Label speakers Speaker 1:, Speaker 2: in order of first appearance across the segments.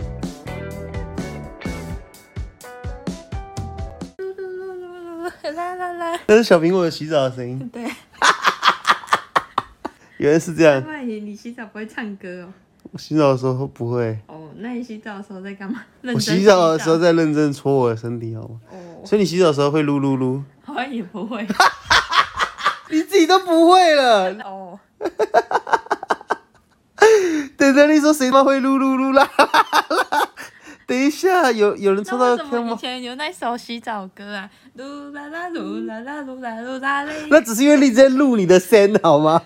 Speaker 1: 来来来，
Speaker 2: 那是小苹果洗澡的声音，
Speaker 1: 对，
Speaker 2: 原来是这样
Speaker 1: 不。然你你洗澡不会唱歌哦？
Speaker 2: 我洗澡的时候不会，
Speaker 1: 哦，那你洗澡的时候在干嘛？认
Speaker 2: 我
Speaker 1: 真
Speaker 2: 洗澡的时候在认真搓我的身体，好吗？
Speaker 1: 哦，
Speaker 2: 所以你洗澡的时候会噜噜噜，
Speaker 1: 好像也不 会
Speaker 2: 你自己都不会了。
Speaker 1: 哦。
Speaker 2: 等等，你说谁他妈会噜噜噜 啦？等一下，有有人抽
Speaker 1: 那
Speaker 2: 到
Speaker 1: 为什
Speaker 2: 枪
Speaker 1: 么以
Speaker 2: 吗？
Speaker 1: 前有那首洗澡歌啊？噜啦啦噜啦啦噜啦噜啦嘞。
Speaker 2: 那只是因为你在录你的声，好吗？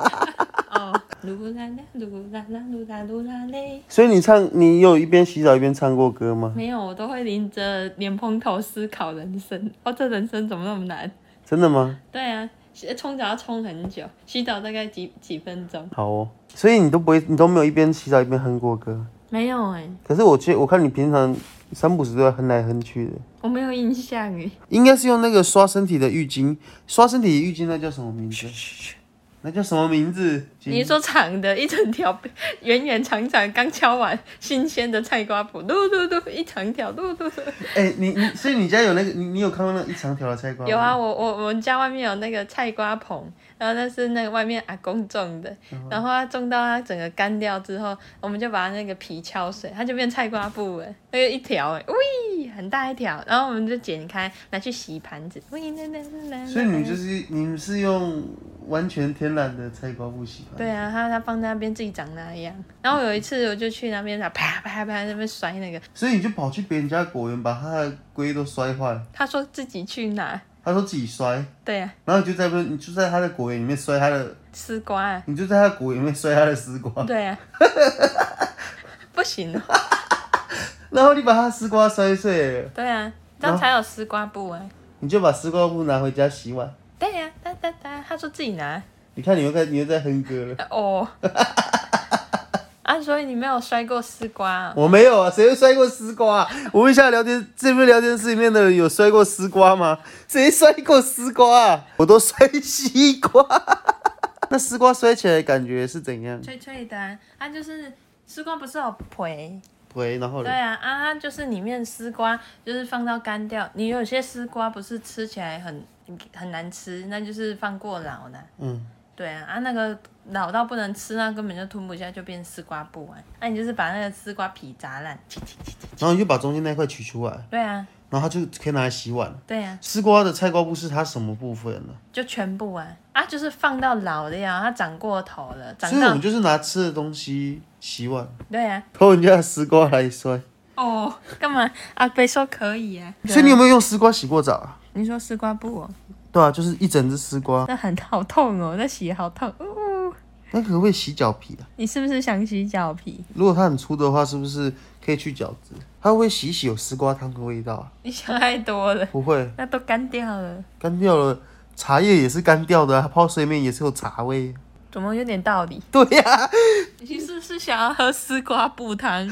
Speaker 1: 哦，噜啦啦噜啦啦噜啦噜啦嘞。
Speaker 2: 所以你唱，你有一边洗澡一边唱过歌吗？
Speaker 1: 没有，我都会淋着莲蓬头思考人生。哦，这人生怎么那么难？
Speaker 2: 真的吗？
Speaker 1: 对啊，洗冲澡要冲很久，洗澡大概几几分钟？
Speaker 2: 好哦，所以你都不会，你都没有一边洗澡一边哼过歌。
Speaker 1: 没有哎、
Speaker 2: 可是我觉得，我看你平常三不时都在哼来哼去的，
Speaker 1: 我没有印象哎、
Speaker 2: 应该是用那个刷身体的浴巾，刷身体的浴巾那叫什么名字？那叫什么名字？
Speaker 1: 你说长的，一整条，远远长长，刚敲完新鲜的菜瓜脯，嘟嘟嘟，一长条，嘟嘟嘟。
Speaker 2: 哎、你你，所以你家有那个，你你有看到那一长条的菜瓜吗？
Speaker 1: 有啊，我我我们家外面有那个菜瓜棚，然后那是那个外面阿公种的，
Speaker 2: 嗯
Speaker 1: 然后他种到它整个干掉之后，我们就把它那个皮敲碎，它就变菜瓜布了，那个一条哎、喂，很大一条，然后我们就剪开拿去洗盘子，喂，那那那那。
Speaker 2: 所以你们就是你们是用完全天然的菜瓜布洗盘。
Speaker 1: 对啊，他他放在那边自己长那样，然后有一次我就去那边打啪啪啪那边摔那个，
Speaker 2: 所以你就跑去别人家果园，把他的龟都摔坏。
Speaker 1: 他说自己去拿，
Speaker 2: 他说自己摔，
Speaker 1: 对啊，
Speaker 2: 然后你就在不，你就在他的果园里面摔他的，
Speaker 1: 丝瓜、啊，
Speaker 2: 你就在他的果园里面摔他的丝瓜，
Speaker 1: 对啊，不行哦，
Speaker 2: 然后你把他的丝瓜摔碎了，
Speaker 1: 对啊，这样才有丝瓜布啊，
Speaker 2: 你就把丝瓜布拿回家洗碗。
Speaker 1: 对呀、啊，哒哒哒，他说自己拿，
Speaker 2: 你看你又在你又在哼歌了。
Speaker 1: 呃哦，啊，所以你没有摔过丝瓜、啊，
Speaker 2: 我没有啊，谁会摔过丝瓜、啊？我问一下聊天这边聊天室里面的人有摔过丝瓜吗？谁摔过丝瓜、啊？我都摔西瓜。 那丝瓜摔起来感觉是怎样？
Speaker 1: 脆脆的啊，啊就是丝瓜不是有皮。
Speaker 2: 喂，然后
Speaker 1: 对
Speaker 2: 呢？
Speaker 1: 啊，啊，就是里面丝瓜就是放到干掉，你有些丝瓜不是吃起来很很难吃，那就是放过老的。
Speaker 2: 嗯，
Speaker 1: 对啊，啊那个老到不能吃，那根本就吞不下，就变丝瓜布啊。那、你就是把那个丝瓜皮砸烂。
Speaker 2: 然后你就把中间那块取出来，
Speaker 1: 对啊，
Speaker 2: 然后它就可以拿来洗碗。
Speaker 1: 对啊，
Speaker 2: 丝瓜的菜瓜布是它什么部分呢？
Speaker 1: 就全部啊啊，就是放到老的呀，它长过头了，长
Speaker 2: 所以我
Speaker 1: 到
Speaker 2: 们就是拿吃的东西洗碗，
Speaker 1: 对啊。
Speaker 2: 偷人家的丝瓜来摔。
Speaker 1: 哦， 干嘛？阿北说可以啊。
Speaker 2: 所以你有没有用丝瓜洗过澡啊？
Speaker 1: 你说丝瓜布哦，
Speaker 2: 对啊，就是一整只丝瓜，
Speaker 1: 那很好痛哦，那洗好痛。呜呜，
Speaker 2: 那可不可以洗脚皮啊？
Speaker 1: 你是不是想洗脚皮？
Speaker 2: 如果它很粗的话，是不是可以去角质？它会不会洗一洗有丝瓜汤的味道啊？
Speaker 1: 你想太多了，
Speaker 2: 不会，
Speaker 1: 那都干掉了，
Speaker 2: 干掉了，茶叶也是干掉的、啊，泡水面也是有茶味。
Speaker 1: 怎么有点道理？
Speaker 2: 对呀、
Speaker 1: 你是不是想要喝丝瓜布汤？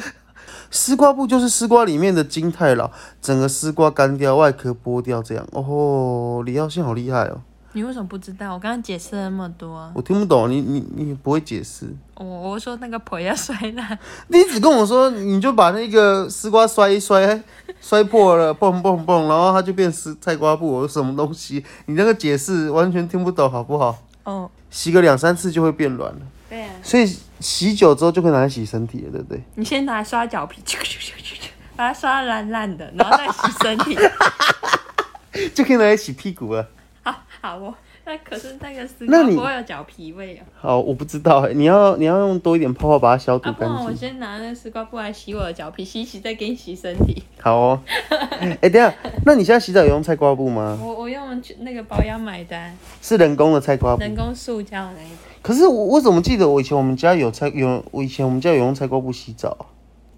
Speaker 2: 丝瓜布就是丝瓜里面的金太老，整个丝瓜干掉，外壳剥掉这样。哦，李耀宪好厉害哦，
Speaker 1: 你为什么不知道？我刚刚解释了那么多，啊
Speaker 2: 我听不懂，你你你不会解释，
Speaker 1: 我哦我说那个婆要摔烂，
Speaker 2: 你只跟我说你就把那个丝瓜摔一摔，哎摔破了，蹦蹦蹦，然后它就变丝菜瓜布，我说什么东西？你那个解释完全听不懂，好不好？
Speaker 1: 哦，
Speaker 2: 洗个两三次就会变软了，
Speaker 1: 对啊，
Speaker 2: 所以洗久之后就可以拿来洗身体了，对不对？
Speaker 1: 你先拿刷脚皮，咻咻咻咻咻把它刷得烂烂的，然后再洗身 体。
Speaker 2: 就可以拿来洗屁股了。
Speaker 1: 好好哦，那可是那个丝
Speaker 2: 那
Speaker 1: 瓜
Speaker 2: 你
Speaker 1: 不会有脚皮味哦。
Speaker 2: 好，我不知道哎、你要你要用多一点泡泡把它消毒
Speaker 1: 啊，不
Speaker 2: 干
Speaker 1: 然我
Speaker 2: 净。
Speaker 1: 先拿那个丝瓜布来洗我的脚皮，洗一洗再给你洗身体。
Speaker 2: 好 哦。哎、等一下，那你现在洗澡有用菜瓜布吗？
Speaker 1: 我我用去那个保养买单，
Speaker 2: 是人工的菜瓜布。
Speaker 1: 人工塑胶的那一种。
Speaker 2: 可是我我怎么记得我以前我们家有菜有我以前我们家有用菜瓜布洗澡啊。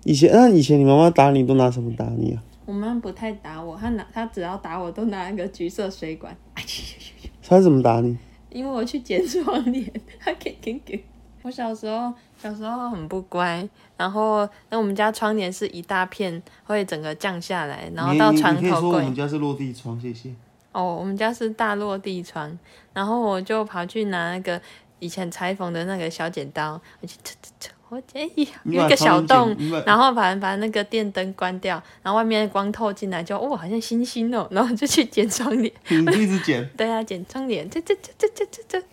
Speaker 2: 以前那以前你妈妈打你都拿什么打你啊？
Speaker 1: 我妈不太打我，她拿她只要打我都拿那个橘色水管，啊咻咻咻咻
Speaker 2: 她怎么打你？
Speaker 1: 因为我去剪窗帘，她给给给。 我小时候小时候很不乖，然后那我们家窗帘是一大片会整个降下来，然后
Speaker 2: 你
Speaker 1: 到
Speaker 2: 你
Speaker 1: 床
Speaker 2: 你可以
Speaker 1: 头
Speaker 2: 说我
Speaker 1: 柜
Speaker 2: 们。家是落地窗，谢谢。
Speaker 1: 哦，我们家是大落地窗，然后我就跑去拿那个以前裁缝的那个小剪刀，我去切切切，我建议
Speaker 2: 你
Speaker 1: 有
Speaker 2: 把
Speaker 1: 一个小
Speaker 2: 窗帘
Speaker 1: 洞
Speaker 2: 剪你把，
Speaker 1: 然后把把那个电灯关掉，然后外面光透进来就，哇，好像星星哦，然后就去剪窗帘，
Speaker 2: 你一直剪，
Speaker 1: 对啊，剪窗帘，这这这这这这这，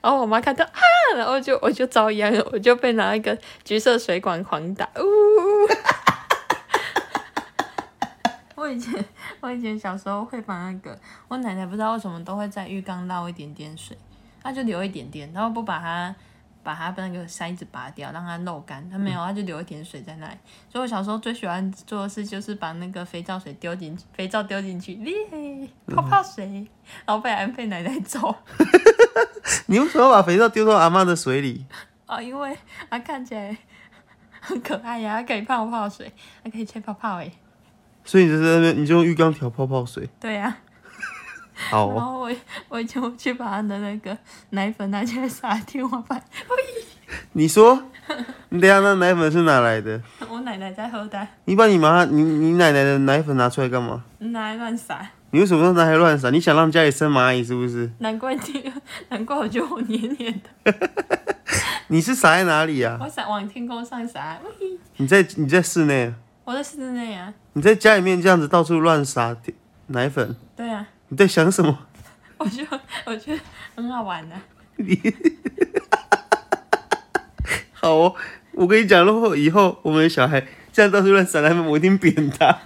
Speaker 1: 然后我妈看到啊，然后就我就遭殃了，我就被拿一个橘色水管狂打，呜呜。 我以前我以前小时候会把那个，我奶奶不知道为什么都会在浴缸捞一点点水，她就留一点点，然后不把它把它那个塞子拔掉，让它漏干，她没有，她就留一点水在那里。所以我小时候最喜欢做的事就是把那个肥皂水丢进去，肥皂丢进去，耶，泡泡水，然后被安被奶奶揍。
Speaker 2: 你为什么要把肥皂丢到阿妈的水里？
Speaker 1: 哦，因为它看起来很可爱呀、它可以泡泡水，它可以吹泡泡哎、
Speaker 2: 所以你就在那边，你就用浴缸调泡泡水。
Speaker 1: 对呀、
Speaker 2: 好、
Speaker 1: 然
Speaker 2: 哦，
Speaker 1: 后我我以前我去把它的那个奶粉拿起来撒天花板，
Speaker 2: 你说，你等一下那奶粉是哪来的？
Speaker 1: 我奶奶在喝的，
Speaker 2: 你把你妈、你你奶奶的奶粉拿出来干嘛？
Speaker 1: 拿来乱撒。
Speaker 2: 你为什么拿来乱撒？你想让家里生蚂蚁是不是？
Speaker 1: 难怪你，难怪我觉得我黏黏的，
Speaker 2: 你是撒在哪里啊？
Speaker 1: 我撒往天空上撒，喂
Speaker 2: 你在你在室内啊，
Speaker 1: 我在室内啊，
Speaker 2: 你在家里面这样子到处乱撒奶粉，
Speaker 1: 对啊，
Speaker 2: 你在想什么？
Speaker 1: 我觉得我觉得很好玩啊。
Speaker 2: 好哦，我跟你讲，如果以后我们的小孩这样到处乱撒奶粉，我一定扁他。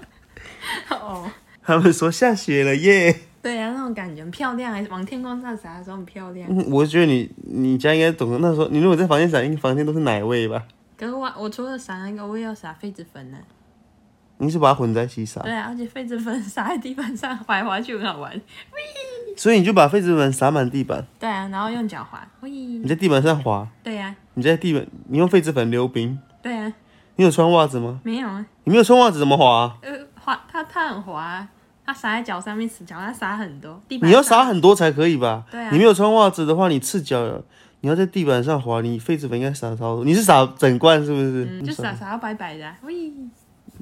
Speaker 1: 哦，
Speaker 2: 他们说下雪了耶。
Speaker 1: 对啊，那种感觉很漂亮，还是往天空上撒的时候很漂亮。
Speaker 2: 嗯我觉得你你家应该懂，那时候你如果在房间撒，应该房间都是奶味吧？
Speaker 1: 可是我我除了撒那个，我也要撒痱子粉呢、
Speaker 2: 你是把它混在一起撒
Speaker 1: 对，啊，而且痱子粉撒在地板上滑来滑去很好玩。
Speaker 2: 所以你就把痱子粉撒满地板，
Speaker 1: 对啊，然后用脚滑，喂，
Speaker 2: 你在地板上滑，
Speaker 1: 对啊，
Speaker 2: 你在地板，你用痱子粉溜冰，
Speaker 1: 对啊，
Speaker 2: 你有穿袜子吗？
Speaker 1: 没有啊，
Speaker 2: 你没有穿袜子怎么滑、啊
Speaker 1: 呃，滑它它很滑、啊，它撒在脚上面，死脚它撒很多，地板
Speaker 2: 你要
Speaker 1: 上
Speaker 2: 撒很多才可以吧？
Speaker 1: 对啊
Speaker 2: 你没有穿袜子的话，你赤脚，你要在地板上滑，你痱子粉应该撒超多。你是撒整罐是不是？
Speaker 1: 嗯
Speaker 2: 你
Speaker 1: 就撒撒到白白的、啊，喂，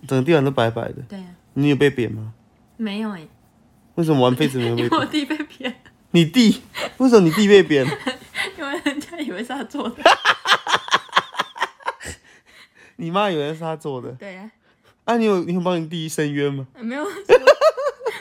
Speaker 2: 整个地板都白白的。
Speaker 1: 对啊，
Speaker 2: 你有被扁吗？
Speaker 1: 没有哎、欸，
Speaker 2: 为什么玩痱子粉有
Speaker 1: 因
Speaker 2: 被
Speaker 1: 为
Speaker 2: 扁？
Speaker 1: 我弟被骗，
Speaker 2: 你弟为什么你弟被扁？
Speaker 1: 因为人家以为是他做 的。
Speaker 2: 你妈有人是他做的？
Speaker 1: 对啊，
Speaker 2: 啊，你有你有帮你弟申冤吗？
Speaker 1: 没有，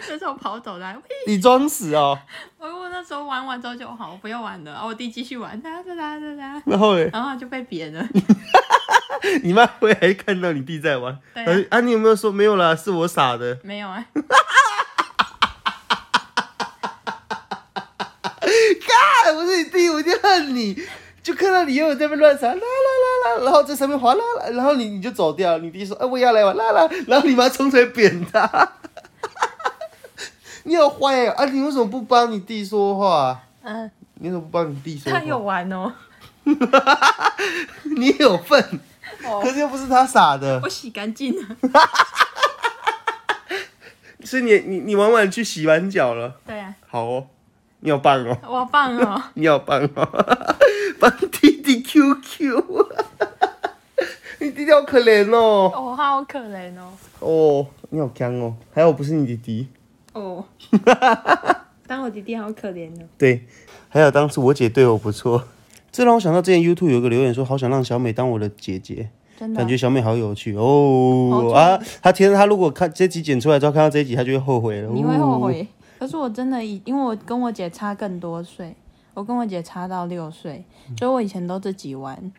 Speaker 1: 那时候跑走的啊、喂，
Speaker 2: 你装死哦。
Speaker 1: 我我那时候玩完之后就好，我不要玩了，然后我弟继续玩，哒哒哒哒哒，
Speaker 2: 然后嘞，
Speaker 1: 然后他就被扁了。
Speaker 2: 你妈回来看到你弟在玩，
Speaker 1: 对啊
Speaker 2: 然后就啊，你有没有说没有啦？是我傻的。
Speaker 1: 没有啊，
Speaker 2: 看，我啊是你弟，我一定恨你。就看到你又有在那边乱撒啦啦啦啦，然后在上面滑啦啦，然后你你就走掉。你弟说：“哎、我也要来玩啦啦。”然后你妈冲出来扁他。 你好坏哦！啊，你为什么不帮你弟说话？
Speaker 1: 嗯，
Speaker 2: 你怎么不帮你弟说话？
Speaker 1: 他有玩哦，
Speaker 2: 你有份，
Speaker 1: 哦
Speaker 2: 可，是又不是他傻的，
Speaker 1: 我洗干净了。
Speaker 2: 所以你你你晚晚去洗完脚了。
Speaker 1: 对啊，
Speaker 2: 好哦，你好棒哦，
Speaker 1: 我棒哦，
Speaker 2: 你好棒哦， 帮弟弟 QQ，你弟弟好可怜哦，
Speaker 1: 我好可怜哦，
Speaker 2: 哦，你好强哦，还好不是你弟弟，
Speaker 1: 哦，当我弟弟好可怜哦。
Speaker 2: 对，还有当初我姐对我不错，这让我想到之前 YouTube 有一个留言说，好想让小美当我的姐姐。
Speaker 1: 真的
Speaker 2: 感
Speaker 1: 啊，
Speaker 2: 觉小美好有趣哦
Speaker 1: 好
Speaker 2: 啊！她天，她如果看这集剪出来之后，看到这一集，她就会后悔了。
Speaker 1: 你会后
Speaker 2: 哦。
Speaker 1: 悔。可是我真的以，因为我跟我姐差更多岁，我跟我姐差到六岁，
Speaker 2: 嗯
Speaker 1: 所以我以前都自己玩，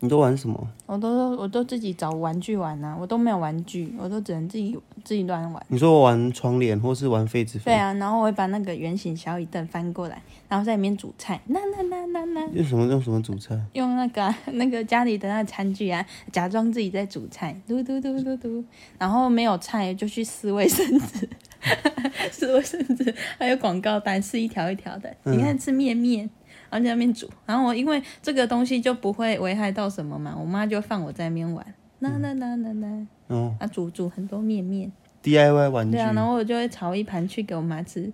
Speaker 2: 你都玩什么？
Speaker 1: 我都我都自己找玩具玩呐、我都没有玩具，我都只能自己自己乱玩。
Speaker 2: 你说玩窗帘，或是玩痱子
Speaker 1: 对
Speaker 2: 粉？
Speaker 1: 啊，然后我会把那个圆形小椅凳翻过来，然后在里面煮菜，那那那那那，
Speaker 2: 用什么用什么煮菜？
Speaker 1: 用那个啊、 那个家里的那个餐具啊，假装自己在煮菜，嘟嘟嘟嘟嘟，然后没有菜就去撕卫生纸， 撕卫生纸，还有广告单撕一条一条的，你看吃面面，然后在那边煮，然后我因为这个东西就不会危害到什么嘛，我妈就放我在那边玩。那那那那那，
Speaker 2: 哦
Speaker 1: 啊煮煮很多面面，
Speaker 2: ，DIY 玩具。
Speaker 1: 对啊，然后我就会炒一盘去给我妈吃，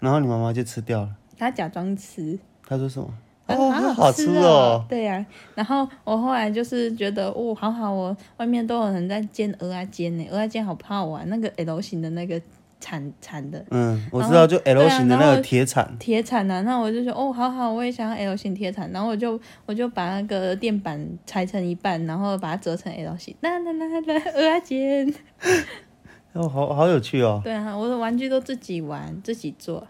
Speaker 2: 然后你妈妈就吃掉了。
Speaker 1: 她假装吃，
Speaker 2: 她说什么？
Speaker 1: 啊
Speaker 2: 哦，
Speaker 1: 好
Speaker 2: 好
Speaker 1: 吃
Speaker 2: 吃哦。
Speaker 1: 对呀、然后我后来就是觉得，哦，好好哦，外面都有人在煎鹅啊煎呢，鹅啊煎好泡啊，那个 L 型的那个铲铲的
Speaker 2: 嗯，我
Speaker 1: 然
Speaker 2: 知
Speaker 1: 后
Speaker 2: 道，就 L
Speaker 1: 对啊
Speaker 2: 型的
Speaker 1: 然
Speaker 2: 那个
Speaker 1: 后
Speaker 2: 铁铲，
Speaker 1: 铁铲啊，那我就说哦，好好，我也想要 L 型铁铲，然后我就我就把那个垫板拆成一半，然后把它折成 L 型，啦啦啦啦，鹅啊煎。
Speaker 2: 哦，好好有趣哦。
Speaker 1: 对啊，我的玩具都自己玩，自己做。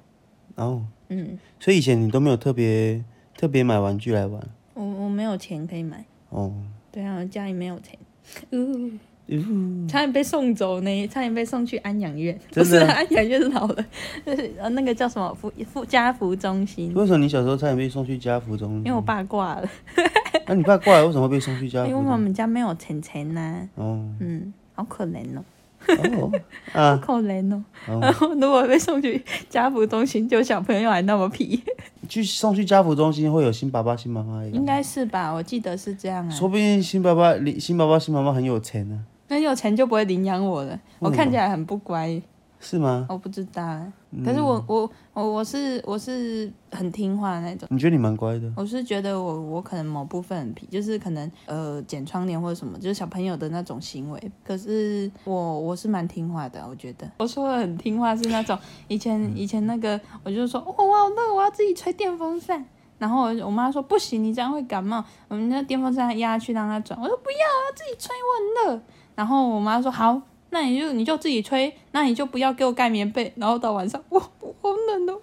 Speaker 2: 然后，
Speaker 1: 嗯，
Speaker 2: 哦所以以前你都没有特别特别买玩具来玩
Speaker 1: 我我没有钱可以买，
Speaker 2: 哦。
Speaker 1: 对啊，我家里没有钱。呜、差点被送走呢，差点被送去安养院，不
Speaker 2: 真
Speaker 1: 是
Speaker 2: 的啊
Speaker 1: 安养院是老了，就是 呃那个叫什么福福家福中心，
Speaker 2: 为什么你小时候差点被送去家福中
Speaker 1: 因为？我爸挂了，
Speaker 2: 那、你爸过来为什么会被送去家
Speaker 1: 因
Speaker 2: 福
Speaker 1: 为
Speaker 2: 中
Speaker 1: 我们家没有钱钱呐、
Speaker 2: 哦
Speaker 1: 嗯，好可怜哦，
Speaker 2: 哦啊
Speaker 1: 好可怜哦。然
Speaker 2: 哦，
Speaker 1: 后如果被送去家福中心，就小朋友还那么皮，
Speaker 2: 去送去家福中心会有新爸爸、新妈妈一样
Speaker 1: 应该是吧？我记得是这样啊。
Speaker 2: 哎说不定新爸爸、新爸爸、新妈妈很有钱呢、
Speaker 1: 那有钱就不会领养我了，
Speaker 2: 嗯
Speaker 1: 我看起来很不乖，
Speaker 2: 是吗？
Speaker 1: 我不知道啊。可是我我我我是我是很听话的那种。
Speaker 2: 你觉得你蛮乖的，
Speaker 1: 我是觉得我我可能某部分很皮，就是可能呃剪窗帘或者什么，就是小朋友的那种行为。可是我我是蛮听话的，我觉得。嗯我说的很听话是 那种以前以前那个，我就说哦我好热，我要自己吹电风扇。然后我我妈说不行，你这样会感冒。我们那电风扇压下去让它转，我说不要，我要自己吹，我很热。然后我妈说好，那你就你就自己吹，那你就不要给我盖棉被。然后到晚上，我我好冷的，我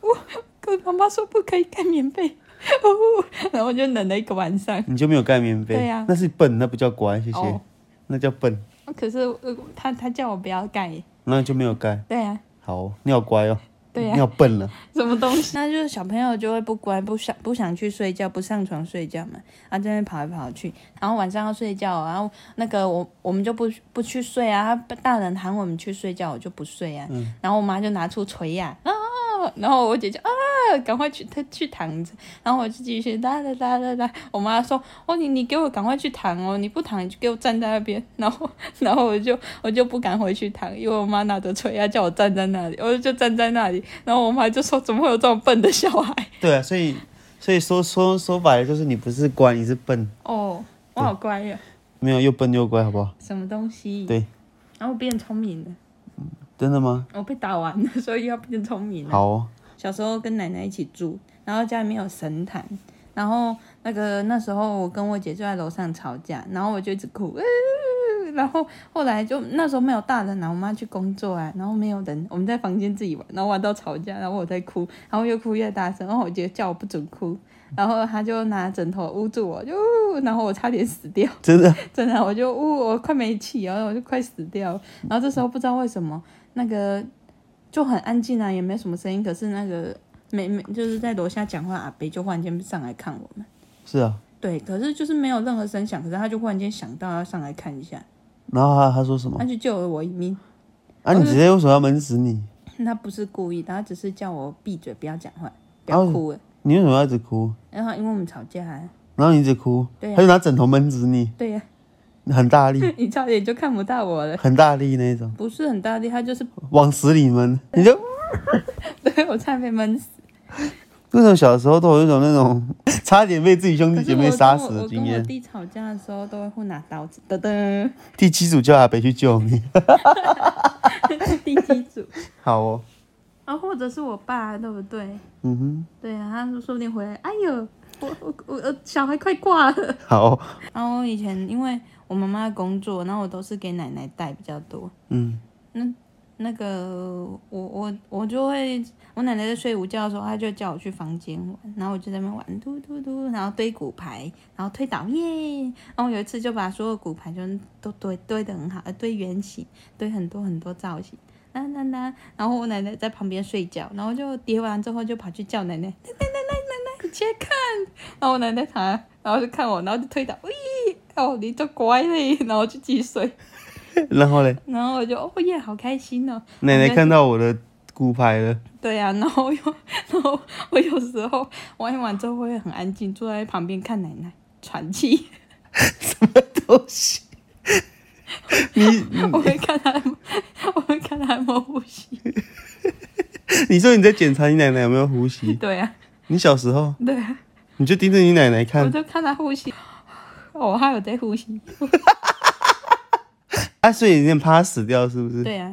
Speaker 1: 跟妈妈说不可以盖棉被。 然后就冷了一个晚上。
Speaker 2: 你就没有盖棉被，
Speaker 1: 嗯对呀
Speaker 2: 那是笨，那不叫乖，谢谢，
Speaker 1: 哦
Speaker 2: 那叫笨，
Speaker 1: 可是呃他他叫我不要盖，
Speaker 2: 那就没有盖。
Speaker 1: 对啊呀、
Speaker 2: 好，你好乖哦，
Speaker 1: 对呀
Speaker 2: 你好笨了，
Speaker 1: 什么东西？那就是小朋友就会不乖，不想不想去睡觉，不上床睡觉嘛，啊在那边跑来跑去，然后晚上要睡觉，然后那个我我们就不不去睡啊，他大人喊我们去睡觉，我就不睡啊，然后我妈就拿出锤呀、啊。然后我姐就啊，赶快去，她去躺着。然后我就继续哒哒哒哒哒。我妈说：“哦，你你给我赶快去躺哦，你不躺你就给我站在那边。”然后然后我就我就不敢回去躺，因为我妈拿着锤啊叫我站在那里，我就站在那里。然后我妈就说：“怎么会有这种笨的小孩
Speaker 2: 对啊，所以所以说说说白了就是你不是乖，你是笨，？”
Speaker 1: 哦，我好乖呀，
Speaker 2: 没有又笨又乖，好不好？
Speaker 1: 什么东西？
Speaker 2: 对。
Speaker 1: 然后我变聪明了，
Speaker 2: 真的吗？
Speaker 1: 我被打完了，所以要变聪明了。
Speaker 2: 好、哦，
Speaker 1: 小时候跟奶奶一起住，然后家里面有神坛，然后那个那时候我跟我姐就在楼上吵架，然后我就一直哭，呃然后后来就那时候没有大人啊，我妈去工作啊，然后没有人，我们在房间自己玩，然后玩到吵架，然后我在哭，然后越哭越大声，然后我姐叫我不准哭，然后她就拿枕头捂住我，就呜，然后我差点死掉。
Speaker 2: 真的，
Speaker 1: 真的，啊我就呜、我快没气了，然后我就快死掉了。然后这时候不知道为什么，那个就很安静啊，也没什么声音。可是那个没没就是在楼下讲话，阿北就忽然间上来看我们。
Speaker 2: 是啊。
Speaker 1: 对，可是就是没有任何声响，可是他就忽然间想到要上来看一下，
Speaker 2: 然后他他说什么
Speaker 1: 他？就救了我一命。
Speaker 2: 啊，
Speaker 1: 嗯
Speaker 2: 你直接为什么要闷死你？
Speaker 1: 他不是故意的，他只是叫我闭嘴，不要讲话，不
Speaker 2: 然
Speaker 1: 要
Speaker 2: 后
Speaker 1: 哭了。
Speaker 2: 你为什么要一直哭？
Speaker 1: 然后因为我们吵架、啊，
Speaker 2: 然后你一直哭，
Speaker 1: 对啊
Speaker 2: 他就拿枕头闷死你，
Speaker 1: 对呀、
Speaker 2: 很大力，
Speaker 1: 你差点就看不到我了。
Speaker 2: 很大力那一种，
Speaker 1: 不是很大力，他就是
Speaker 2: 往死里闷。你就
Speaker 1: 对我差点被闷死。
Speaker 2: 为什么小时候都有一种那种 差点被自己兄弟
Speaker 1: 可是
Speaker 2: 姐
Speaker 1: 我
Speaker 2: 妹
Speaker 1: 跟
Speaker 2: 嗯杀
Speaker 1: 我
Speaker 2: 死的经
Speaker 1: 我跟我
Speaker 2: 验？
Speaker 1: 弟吵架的时候都会拿刀子，噔噔，
Speaker 2: 第七组叫阿北去救你，
Speaker 1: 第几组？
Speaker 2: 好哦，
Speaker 1: 啊、或者是我爸，对不对？
Speaker 2: 嗯
Speaker 1: 对啊，他说说不定回来，哎呦，我我我呃小孩快挂了。
Speaker 2: 哼，好哦，
Speaker 1: 然后我以前因为我妈妈工作，然后我都是给奶奶带比较多。
Speaker 2: 嗯，
Speaker 1: 那个我我我就会，我奶奶在睡午觉的时候，她就叫我去房间玩，然后我就在那边玩，嘟嘟嘟，然后堆骨牌，然后推倒耶，然后我有一次就把所有骨牌就都堆堆得很好，呃堆圆形，堆很多很多造型，啦啦啦，然后我奶奶在旁边睡觉，然后就叠完之后就跑去叫奶奶，奶奶奶奶奶奶，你起来看，然后我奶奶躺在，然后就看我，然后就推倒，咦，哦你这乖嘞，然后就继续睡，
Speaker 2: 然后嘞，
Speaker 1: 然后我就哦耶，好开心哦。
Speaker 2: 奶奶看到我的骨牌了，
Speaker 1: 对呀、 然后又，然后我有时候玩一玩之后会很安静，坐在旁边看奶奶喘气，
Speaker 2: 都 行，
Speaker 1: 我会看她，我会看她有没有呼吸。
Speaker 2: 你说你在检查你奶奶有没有呼吸？
Speaker 1: 对呀、
Speaker 2: 你小时候
Speaker 1: 对呀、
Speaker 2: 你就盯着你奶奶看
Speaker 1: 我，就看她呼吸，哦，她有在呼吸。
Speaker 2: 啊，所以有点怕他死掉，是不是？
Speaker 1: 对呀、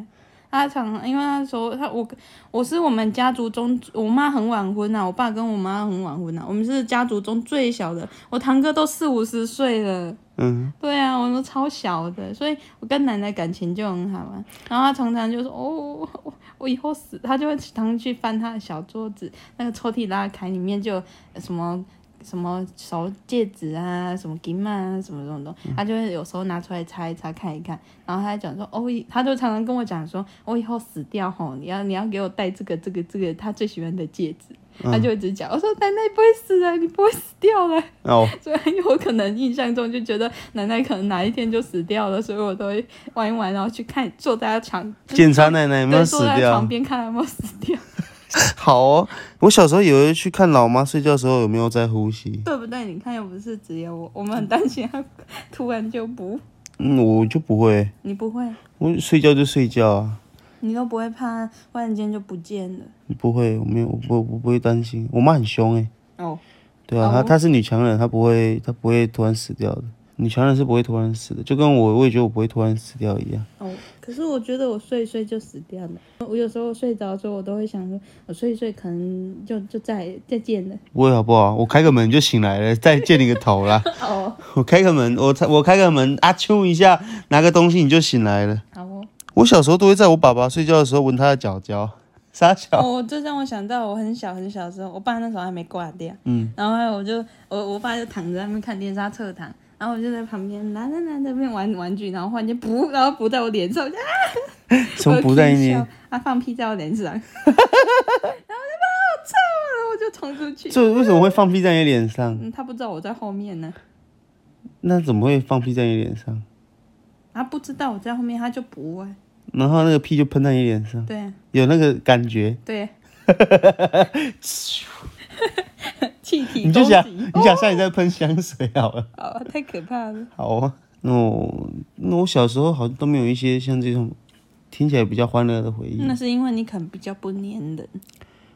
Speaker 1: 啊，他常常，因为他说他我我是我们家族中，我妈很晚婚啊呐、我爸跟我妈很晚婚啊呐、我们是家族中最小的，我堂哥都四五十岁了。
Speaker 2: 嗯，
Speaker 1: 对啊，我都超小的，所以我跟奶奶感情就很好啊。然后她常常就说：“哦，我我以后死。”她就会常常去翻她的小桌子，那个抽屉拉开，里面就有什么什么手戒指啊，什么金曼啊，什么什么东西。她就会有时候拿出来擦一擦，看一看。然后她还讲说：“哦，以她就常常跟我讲说，哦我以后死掉吼，你要你要给我戴这个这个这个她最喜欢的戒指。”
Speaker 2: 嗯
Speaker 1: 她就一直讲，我说奶奶不会死的，你不会死掉的。
Speaker 2: 哦，
Speaker 1: 所以我可能印象中就觉得奶奶可能哪一天就死掉了，所以我都会玩一玩，然后去看坐在她床，
Speaker 2: 检查奶奶有没有
Speaker 1: 对，
Speaker 2: 死
Speaker 1: 坐在她
Speaker 2: 掉
Speaker 1: 床。边看她有没有死掉，
Speaker 2: 好哦，我小时候也会去看老妈睡觉的时候有没有在呼吸。
Speaker 1: 对不对？你看又不是只有我，我们很担心她突然就不，
Speaker 2: 嗯，我就不会，
Speaker 1: 你不会，
Speaker 2: 我睡觉就睡觉啊，
Speaker 1: 你都不会怕，忽然间就不见了。
Speaker 2: 不会，我没有，我不，我不会担心。我妈很凶诶、
Speaker 1: 哦，
Speaker 2: 对啊，
Speaker 1: 哦
Speaker 2: 她她是女强人，她不会，她不会突然死掉的。女强人是不会突然死的，就跟我我也觉得我不会突然死掉一样。
Speaker 1: 哦，可是我觉得我睡一睡就死掉了。我有时候睡着的时候，我都会想说，我睡一睡可能就就再再见了。
Speaker 2: 不会好不好？我开个门就醒来了，再见你个头 啦！
Speaker 1: 哦，
Speaker 2: 我开个门，我我开个门，啊啾一下，拿个东西你就醒来了。
Speaker 1: 好哦。
Speaker 2: 我小时候都会在我爸爸睡觉的时候闻他的脚脚，傻小，
Speaker 1: 哦，这让我想到我很小很小的时候，我爸那时候还没挂掉，
Speaker 2: 嗯，
Speaker 1: 然后我就我我爸就躺在那边看电视，他侧躺，然后我就在旁边拿拿拿那边玩玩具，然后忽然间噗，然后噗在我脸上，我就啊
Speaker 2: 从不
Speaker 1: 我
Speaker 2: 在
Speaker 1: 就
Speaker 2: 你
Speaker 1: 气，笑他放屁在我 脸上，然后我就啊把我臭了，我就冲出去。
Speaker 2: 这为什么会放屁在你脸上？
Speaker 1: 嗯，他不知道我在后面呢，
Speaker 2: 那怎么会放屁在你脸上？
Speaker 1: 他啊不知道我在后面，他就不啊，
Speaker 2: 然后那个屁就喷在你脸上，
Speaker 1: 对啊
Speaker 2: 有那个感觉，
Speaker 1: 对啊， 气体攻
Speaker 2: 你就想
Speaker 1: 击，
Speaker 2: 你想像你在喷香水好了。
Speaker 1: 哦，太可怕了。
Speaker 2: 好啊，那我那我小时候好像都没有一些像这种听起来比较欢乐的回忆。
Speaker 1: 那是因为你可能比较不粘人，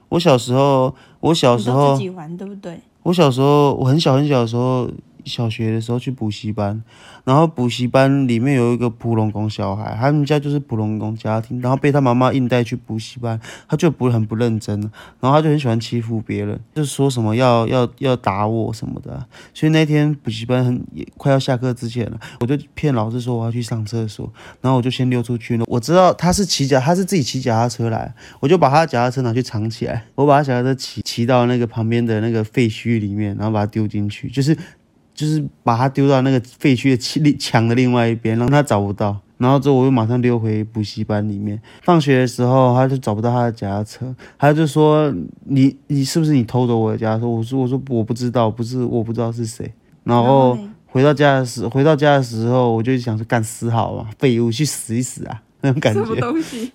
Speaker 2: 我小时候，我小
Speaker 1: 你
Speaker 2: 时
Speaker 1: 都
Speaker 2: 候
Speaker 1: 自，己玩对不对？
Speaker 2: 我小时候，我很小很小的时候，小学的时候去补习班，然后补习班里面有一个普龙宫小孩，他们家就是普龙宫家庭，然后被他妈妈硬带去补习班，他就不很不认真，然后他就很喜欢欺负别人，就说什么要要要打我什么的啊、所以那天补习班很也快要下课之前了，我就骗老师说我要去上厕所，然后我就先溜出去了。我知道他是骑脚，他是自己骑脚踏车来，我就把他的脚踏车拿去藏起来，我把他脚踏车骑骑到那个旁边的那个废墟里面，然后把它丢进去，就是就是把它丢到那个废墟的其另墙的另外一边，让他找不到。然后之后我又马上溜回补习班里面。放学的时候，他就找不到他的脚踏车，他就说：“你你是不是你偷走我的脚踏车？”我说：“我说我不知道，不是我不知道是谁。”然后
Speaker 1: 呢
Speaker 2: 回到家的时回到家的时候，我就想说干死好啊，废物去死一死啊那种感
Speaker 1: 什么
Speaker 2: 觉。
Speaker 1: 东西？